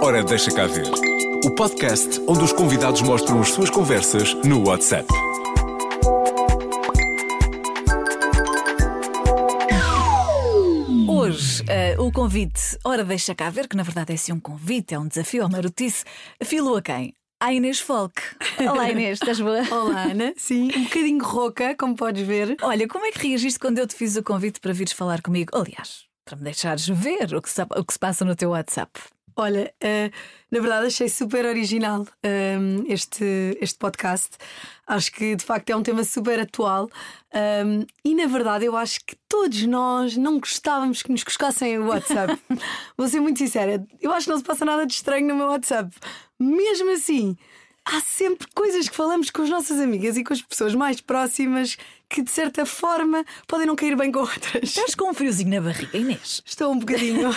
Ora, deixa cá ver. O podcast onde os convidados mostram as suas conversas no WhatsApp. Hoje, eh, o convite, ora deixa cá ver, que na verdade é sim um convite, é um desafio, é uma marotice. Filou a quem? À Inês Folk. Olá Inês, estás boa? Olá, Ana. Sim, um bocadinho rouca, como podes ver. Olha, como é que reagiste quando eu te fiz o convite para vires falar comigo? Aliás, para me deixares ver o que se, o que se passa no teu WhatsApp. Olha, eh, na verdade achei super original ehm, este, este podcast. Acho que de facto é um tema super atual. ehm, e na verdade eu acho que todos nós não gostávamos que nos cuscassem o WhatsApp. Vou ser muito sincera, eu acho que não se passa nada de estranho no meu WhatsApp. Mesmo assim, há sempre coisas que falamos com as nossas amigas e com as pessoas mais próximas que de certa forma podem não cair bem com outras. Estás com um friozinho na barriga, Inês. Estou um bocadinho.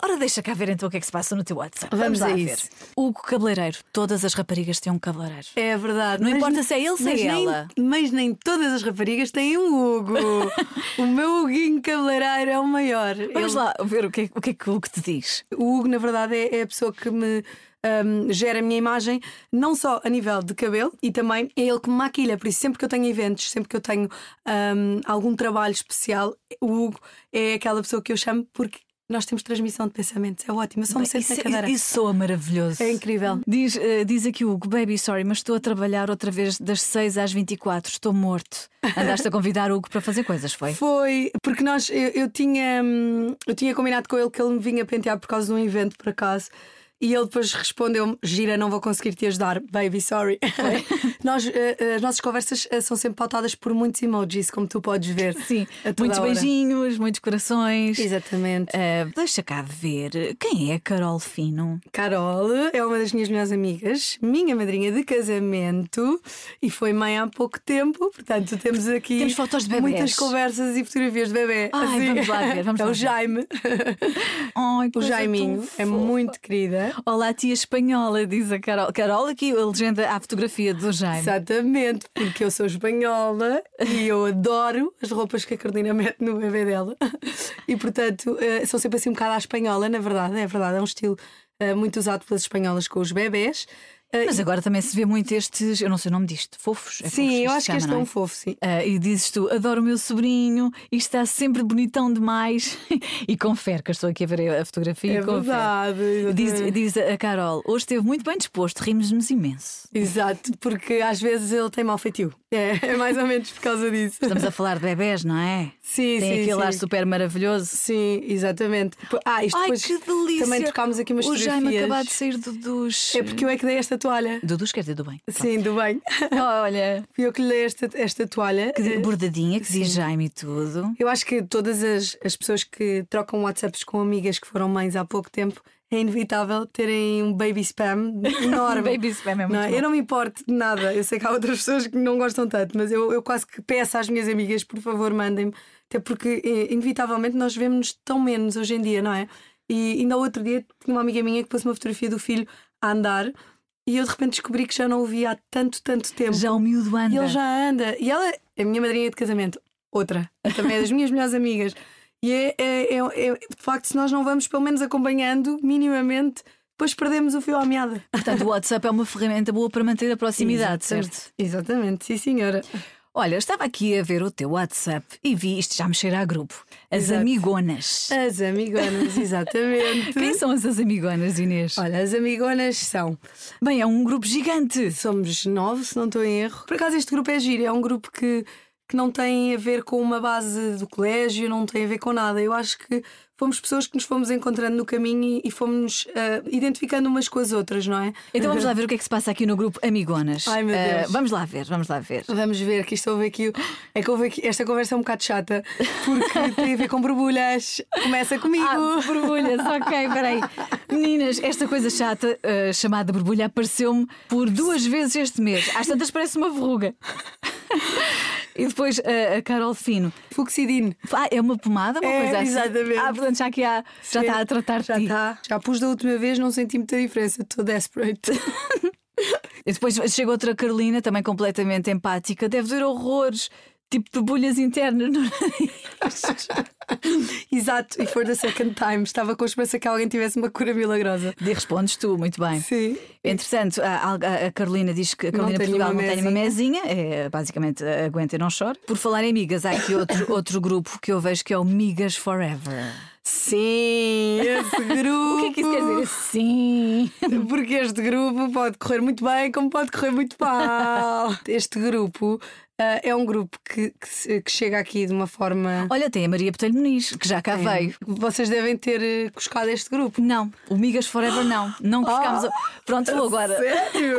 Ora deixa cá ver então o que é que se passa no teu WhatsApp. Vamos lá a ver. isso. O cabeleireiro. Todas as raparigas têm um cabeleireiro. É verdade. Não mas importa n- se é ele, se é mas nem- ela. mas nem todas as raparigas têm um Hugo. o meu Huguinho cabeleireiro é o maior. Vamos Ele- lá ver o que, é, o que é que o que te diz. O Hugo, na verdade, é, é a pessoa que me hum, gera a minha imagem, não só a nível de cabelo, e também é ele que me maquilha. Por isso, sempre que eu tenho eventos, sempre que eu tenho hum, algum trabalho especial, o Hugo é aquela pessoa que eu chamo porque nós temos transmissão de pensamentos. É ótimo. Eu só me Bem, sento na isso- cadeira. Isso soa maravilhoso. É incrível. Diz, eh, diz aqui o Hugo, baby, sorry, mas estou a trabalhar outra vez das 6 às 24, estou morto. Andaste a convidar o Hugo para fazer coisas, foi? Foi, porque nós, eu, eu tinha, hum, eu tinha combinado com ele que ele me vinha pentear por causa de um evento, por acaso. E ele depois respondeu-me: Gira, não vou conseguir te ajudar, baby, sorry. Nós, eh, eh, as nossas conversas eh, são sempre pautadas por muitos emojis, como tu podes ver. Sim, a toda muitos hora. beijinhos, muitos corações. Exatamente. Eh, deixa cá ver, quem é Carol Fino? Carol é uma das minhas melhores amigas, minha madrinha de casamento e foi mãe há pouco tempo, portanto temos aqui Temos fotos de bebés. muitas conversas e fotografias de bebê. Ai, vamos lá ver, vamos é lá o ver. Jaime. Ai, coisa O tão Jaiminho é fofa. muito querida. Olá, tia espanhola, diz a Carol. Carol, aqui a legenda à fotografia do Jaime. Exatamente, porque eu sou espanhola e eu adoro as roupas que a Carolina mete no bebê dela. E portanto, eh, sou sempre assim um bocado à espanhola, na verdade, é verdade, é um estilo eh, muito usado pelas espanholas com os bebés. Eh, Mas agora também se vê muito estes, eu não sei o nome disto, fofos? É fofos Sim, eu se acho que chama, este não é é? um fofo, sim. Ah, e dizes tu, adoro o meu sobrinho e está sempre bonitão demais. e confere que eu estou aqui a ver a fotografia É e confere. verdade. Diz, diz a Carol, hoje esteve muito bem disposto, rimos-nos imenso. Exato, porque às vezes ele tem mau feitio. É, é mais ou menos por causa disso. Estamos a falar de bebés, não é? Sim, Tem sim, aquele sim. ar super maravilhoso. Sim, exatamente. Ah, isto Ai, depois que delícia! também trocámos aqui umas O Jaime fotografias. acabado de sair do dos. É porque eu é que dei esta toalha. Do dos, quer dizer, do bem. Sim, do bem. Pronto. Olha, Fui eu que lhe dei esta, esta toalha. que bordadinha que diz Jaime e tudo. Eu acho que todas as, as pessoas que trocam WhatsApps com amigas que foram mães há pouco tempo é inevitável terem um baby spam enorme. Baby spam é muito Não, bom. eu não me importo de nada. Eu sei que há outras pessoas que não gostam tanto, mas eu, eu quase que peço às minhas amigas, por favor, mandem-me. Até porque, eh, inevitavelmente, nós vemos-nos tão menos hoje em dia, não é? E ainda outro dia tinha uma amiga minha que pôs uma fotografia do filho a andar e eu de repente descobri que já não o via há tanto, tanto tempo. Já o miúdo anda. E ele já anda. E ela é a minha madrinha de casamento, outra. E Também é das minhas melhores amigas. E é, é- é- é- de facto, se nós não vamos pelo menos acompanhando, minimamente, depois perdemos o fio à meada. Portanto, o WhatsApp é uma ferramenta boa para manter a proximidade, certo? Exatamente, sim, senhora. Olha, estava aqui a ver o teu WhatsApp e vi isto já me cheira a grupo. As Exato. Ah, amigonas. As amigonas, exatamente. Quem são essas amigonas, Inês? Olha, as amigonas são. Bem, é um grupo gigante. Somos nove, se não estou em erro. Por acaso, este grupo é giro, é um grupo que, que não tem a ver com uma base do colégio, não tem a ver com nada. Eu acho que fomos pessoas que nos fomos encontrando no caminho e, e fomos ah, identificando umas com as outras, não é? Então vamos lá ver o que é que se passa aqui no grupo Amigonas. Ai, meu Ah, Deus. vamos lá ver, vamos lá ver. Vamos ver, que isto houve aqui. É que houve aqui. Esta conversa é um bocado chata, porque tem a ver com borbulhas. Começa comigo. Ah, borbulhas, ok, peraí. Meninas, esta coisa chata ah, chamada borbulha apareceu-me por duas vezes este mês. Às tantas parece uma verruga. E depois ah, a Carol Fino. Fuxidine. Ah, é uma pomada, uma É, coisa assim. exatamente. Ah, portanto, já que há, já tá. Sim. está a tratar de Já ti. está. Já pus da última vez, não senti muita diferença. Estou desperate. E depois chega outra Carolina, também completamente empática. Deve doer horrores. tipo de bolhas internas no nariz. Exato, e for the second time. Estava com a esperança que alguém tivesse uma cura milagrosa. E respondes tu, muito bem. Sim. Entretanto, a, a- a Carolina diz que a Carolina tem Portugal não nenhuma tem nenhuma mesinha, é, basicamente aguenta e não chora. Por falar em migas, há aqui outro, outro grupo que eu vejo que é o Migas Forever. Sim, esse grupo. O que é que isso quer dizer? Sim. Porque este grupo pode correr muito bem, como pode correr muito mal. Este grupo ah, é um grupo que, que se- que chega aqui de uma forma. eh, Olha, tem a Maria Botelho Muniz, que já cá veio. Vocês devem ter eh, cuscado este grupo. Não, o Migas Forever não. Não cuscámos. Pronto, vou agora. Sério?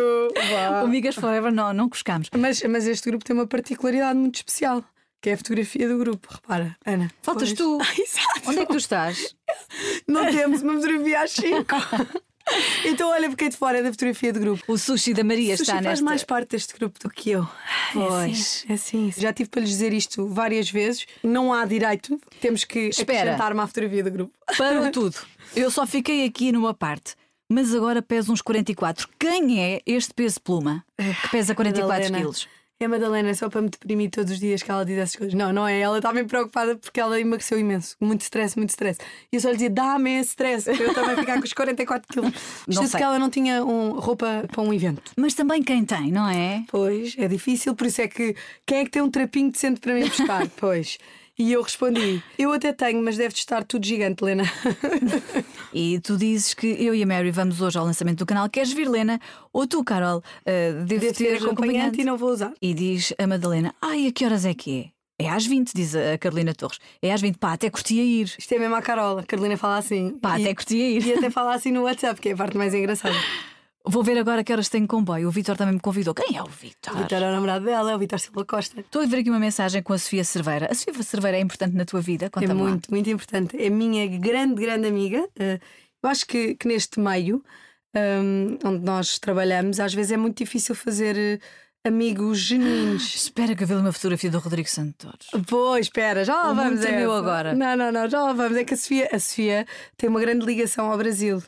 Vá. O Migas Forever não, não cuscámos. mas, mas este grupo tem uma particularidade muito especial, que é a fotografia do grupo. Repara, Ana. Faltas Pois. tu. Ah, exato. Onde é tá? que tu estás? Não temos uma fotografia às 5. então, olha, fiquei de fora da fotografia do grupo. O sushi da Maria Sushi está faz nesta. mais parte deste grupo do que eu. Pois. É assim. Já tive para lhes dizer isto várias vezes. Não há direito. Temos que Espera. acrescentar-me à fotografia do grupo. Parou tudo. Eu só fiquei aqui numa parte. Mas agora peso uns 44. Quem é este peso pluma? Que pesa 44 Ah, Madalena. quilos. É a Madalena, só para me deprimir todos os dias que ela diz essas coisas. Não, não é. Ela está bem preocupada porque ela emagreceu imenso. Muito stress, muito stress. E eu só lhe dizia, dá-me esse stress, para eu também ficar com os 44 quilos. Não Isto sei. que ela não tinha um- roupa para um evento. Mas também quem tem, não é? Pois, é difícil, por isso é que quem é que tem um trapinho decente para mim buscar? pois. E eu respondi: Eu até tenho, mas deve estar tudo gigante, Lena. E tu dizes que eu e a Mary vamos hoje ao lançamento do canal. Queres vir, Lena? Ou tu, Carol? Uh, devo, Deve ter acompanhante e não vou usar. E diz a Madalena: Ai, a que horas é que é? É às 20, diz a Carolina Torres. É às 20. Pá, até curtia ir. Isto é mesmo a Carola. A Carolina fala assim. Pá, e, até curtia ir. e até fala assim no WhatsApp, que é a parte mais engraçada. Vou ver agora que horas tenho comboio. O Vitor também me convidou. Quem é o Vitor? O Vitor é o namorado dela, é o Vitor Silva Costa. Estou a ver aqui uma mensagem com a Sofia Cerveira. A Sofia Cerveira é importante na tua vida? É Conta-me lá. muito, muito importante. É minha grande, grande amiga. Eh, Eu acho que, que neste meio, hum, onde nós trabalhamos, às vezes é muito difícil fazer eh, amigos genuínos. Espera que eu veja uma fotografia do Rodrigo Santos. Pois, espera, já lá O mundo vamos. a entendeu essa. agora. Não, não, não, já lá vamos. É que a Sofia, a Sofia tem uma grande ligação ao Brasil.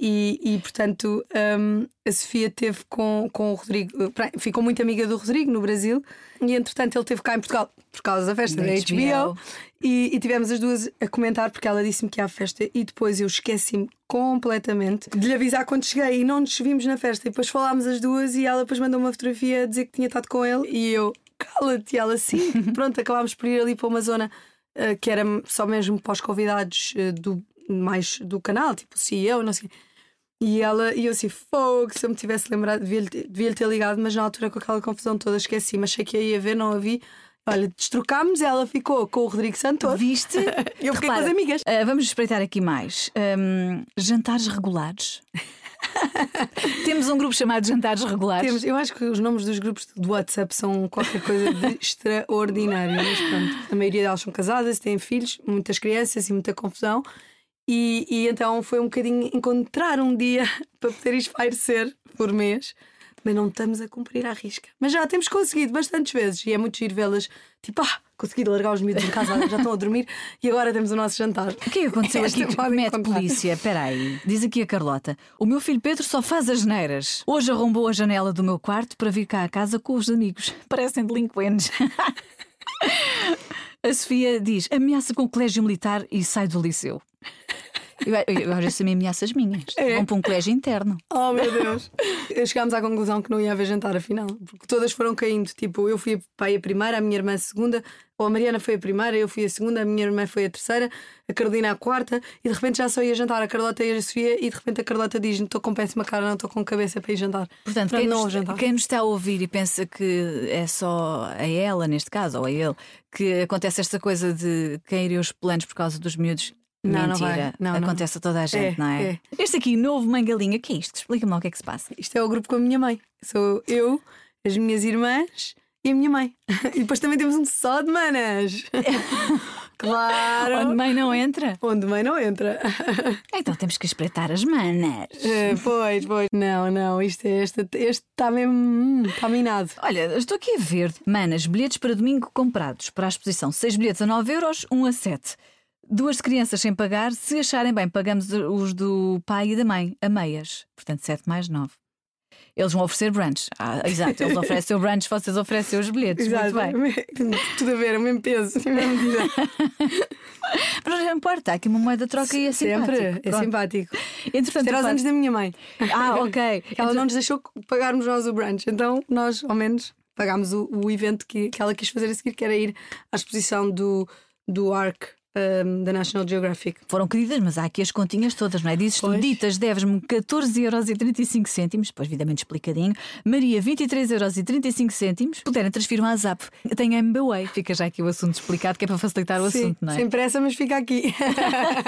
E, e, portanto, hum, a Sofia teve com, com o Rodrigo, pra- ficou muito amiga do Rodrigo no Brasil, e entretanto ele teve cá em Portugal por causa da festa da, Da HBO. HBO. E, e tivemos as duas a comentar porque ela disse-me que ia à festa e depois eu esqueci-me completamente de lhe avisar quando cheguei e não nos vimos na festa. E depois falámos as duas e ela depois mandou uma fotografia a dizer que tinha estado com ele e eu, cala-te, e ela sim. Pronto, acabámos por ir ali para uma zona eh, que era só mesmo para os convidados eh, do, mais do canal, tipo CEO, não sei. E ela, e eu assim, fogo, se eu me tivesse lembrado, devia-lhe devia ter ligado, mas na altura com aquela confusão toda esqueci, mas achei que eu ia ver, não a vi. Olha, destrocámos, ela ficou com o Rodrigo Santos. Viste? Eu fiquei com as Repara, amigas. ah, vamos espreitar aqui mais. Hum, jantares regulares. Temos um grupo chamado Jantares Regulares. Temos, eu acho que os nomes dos grupos do WhatsApp são qualquer coisa de extraordinário, mas pronto. A maioria delas são casadas, têm filhos, muitas crianças e muita confusão. E, e então foi um bocadinho encontrar um dia para poder espairecer por mês, mas não estamos a cumprir à risca. Mas já temos conseguido bastantes vezes e é muito giro vê-las, tipo, ah, consegui largar os miúdos em casa, já estão a dormir e agora temos o nosso jantar. O que é que aconteceu Esta aqui? podem Mete contar. polícia, peraí. Diz aqui a Carlota: O meu filho Pedro só faz as neiras. Hoje arrombou a janela do meu quarto para vir cá a casa com os amigos. Parecem delinquentes. A Sofia diz: ameaça com o colégio militar e sai do liceu. Eu- eu- eu- Agora são ameaças minhas. É. Vão para um colégio interno. Oh meu Deus! Chegámos à conclusão que não ia haver jantar afinal, porque todas foram caindo. Tipo, eu fui pai a primeira, a minha irmã a segunda, ou a Mariana foi a primeira, eu fui a segunda, a minha irmã foi a terceira, a Carolina a quarta, e de repente já só ia jantar a Carlota e a Sofia, e de repente a Carlota diz: Não estou com péssima cara, não estou com cabeça para ir jantar. Portanto, Pronto, quem não nos, houve jantar. quem nos está a ouvir e pensa que é só a ela, neste caso, ou a ele, que acontece esta coisa de caírem os planos por causa dos miúdos. Não, não Mentira, vai. Não, não. acontece a toda a gente, É, não é? é. Este aqui, novo mangalinha, que é isto? Explica-me lá o que é que se passa. Isto é o grupo com a minha mãe. Sou eu, as minhas irmãs e a minha mãe. E depois também temos um só de manas. Onde claro! mãe não entra? Onde mãe não entra. Então temos que espreitar as manas. É, pois, pois. Não, não, isto é este está mesmo. hum, Está minado. Olha, estou aqui a ver. Manas, bilhetes para domingo comprados para a exposição. Seis bilhetes a 9 euros, um a 7. Duas de crianças sem pagar. Se acharem bem, pagamos os do pai e da mãe, a meias. Portanto, 7 mais 9. Eles vão oferecer brunch. Ah, exato, eles oferecem o brunch, vocês oferecem os bilhetes. Muito bem. Tudo a ver, o mesmo peso, a mesma medida. Mas não importa, há aqui uma moeda de troca e é simpático. Sempre, é Pronto. simpático. Entretanto, Isto era tu aos fazes- anos da minha mãe. Ah, ok. Que ela não nos deixou pagarmos nós o brunch. Então nós, ao menos, pagámos o, o evento que, que ela quis fazer a seguir, que era ir à exposição do, do ARC ehm, da National Geographic. Foram queridas, mas há aqui as continhas todas, não é? Dizes tu, Pois. ditas, deves-me 14,35€, depois vidamente explicadinho. Maria, 23,35€. Puderem, transfiram à Zap. Tem a MBWay. Fica já aqui o assunto explicado, que é para facilitar o Sim, assunto, não é? Sem pressa, mas fica aqui.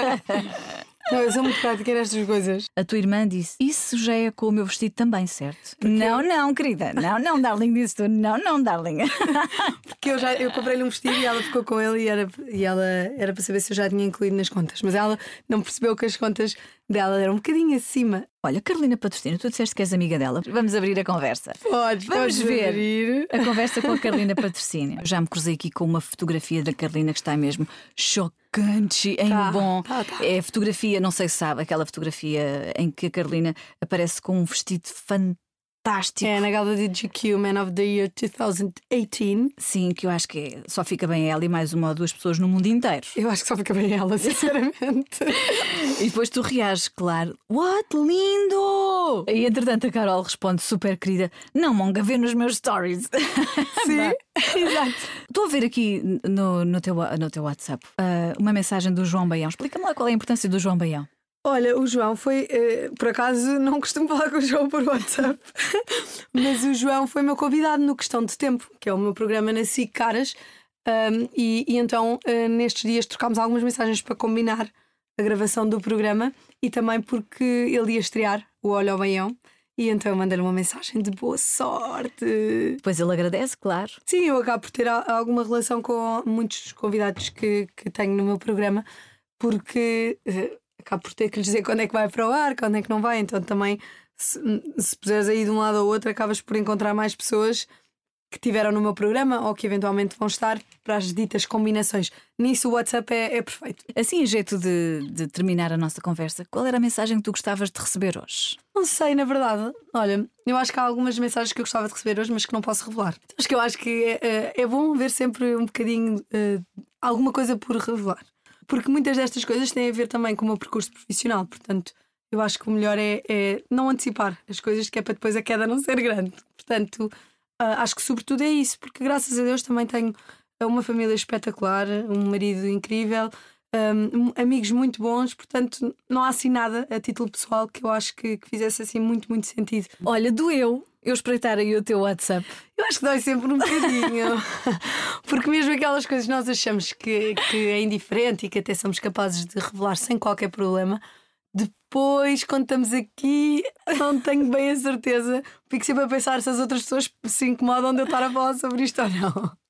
não, eu sou muito prática nestas coisas. A tua irmã disse: Isso já é com o meu vestido também, certo? Não, não, querida. Não, não, darling, disse tu. Não, não, darling. Porque eu já eu comprei-lhe um vestido e ela ficou com ele e era, e ela era para saber se eu já tinha incluído nas contas. Mas ela não percebeu que as contas dela eram um bocadinho acima. Olha, Carolina Patrocínio, tu disseste que és amiga dela. Vamos abrir a conversa. Podes, Vamos podes ver. abrir. A conversa com a Carolina Patrocínio. Eu Já me cruzei aqui com uma fotografia da Carolina que está mesmo chocante em Tá, bom. tá, tá. É a fotografia, não sei se sabe, aquela fotografia em que a Carolina aparece com um vestido fantástico. É, na gala de GQ, Man of the Year 2018. Sim, que eu acho que é- só fica bem ela e mais uma ou duas pessoas no mundo inteiro. Eu acho que só fica bem ela, sinceramente. E depois tu reages, claro. What lindo! E entretanto a Carol responde super querida: Não, monga, vê nos meus stories. Sim, exato. Estou a ver aqui no, no teu, no teu WhatsApp ah, uma mensagem do João Baião. Explica-me lá qual é a importância do João Baião. Olha, o João foi, eh, por acaso, não costumo falar com o João por WhatsApp, mas o João foi meu convidado no Questão de Tempo, que é o meu programa na SIC Caras, Ahm, e, e então eh, nestes dias trocámos algumas mensagens para combinar a gravação do programa e também porque ele ia estrear o Olho ao Baião, e então eu mandei-lhe uma mensagem de boa sorte. Depois ele agradece, claro. Sim, eu acabo por ter a- alguma relação com muitos dos convidados que, que tenho no meu programa, porque eh, acabo por ter que lhes dizer quando é que vai para o ar, quando é que não vai. Então também, se, se puseres aí de um lado ao outro, acabas por encontrar mais pessoas que tiveram no meu programa ou que eventualmente vão estar para as ditas combinações. Nisso o WhatsApp é, é perfeito. Assim, em jeito de, de terminar a nossa conversa, qual era a mensagem que tu gostavas de receber hoje? Não sei, na verdade. Olha, eu acho que há algumas mensagens que eu gostava de receber hoje, mas que não posso revelar. Acho que eu acho que é, eh, é bom ver sempre um bocadinho eh, alguma coisa por revelar. Porque muitas destas coisas têm a ver também com o meu percurso profissional. Portanto, eu acho que o melhor é, é não antecipar as coisas, que é para depois a queda não ser grande. Portanto, ah, acho que sobretudo é isso, porque graças a Deus também tenho uma família espetacular, um marido incrível, hum, amigos muito bons, portanto não há assim nada a título pessoal que eu acho que, que fizesse assim muito, muito sentido. Olha, doeu eu espreitar aí o teu WhatsApp. Eu acho que dói sempre um bocadinho, porque mesmo aquelas coisas que nós achamos que, que é indiferente e que até somos capazes de revelar sem qualquer problema, depois quando estamos aqui não tenho bem a certeza, fico sempre a pensar se as outras pessoas se incomodam de eu estar a falar sobre isto ou não.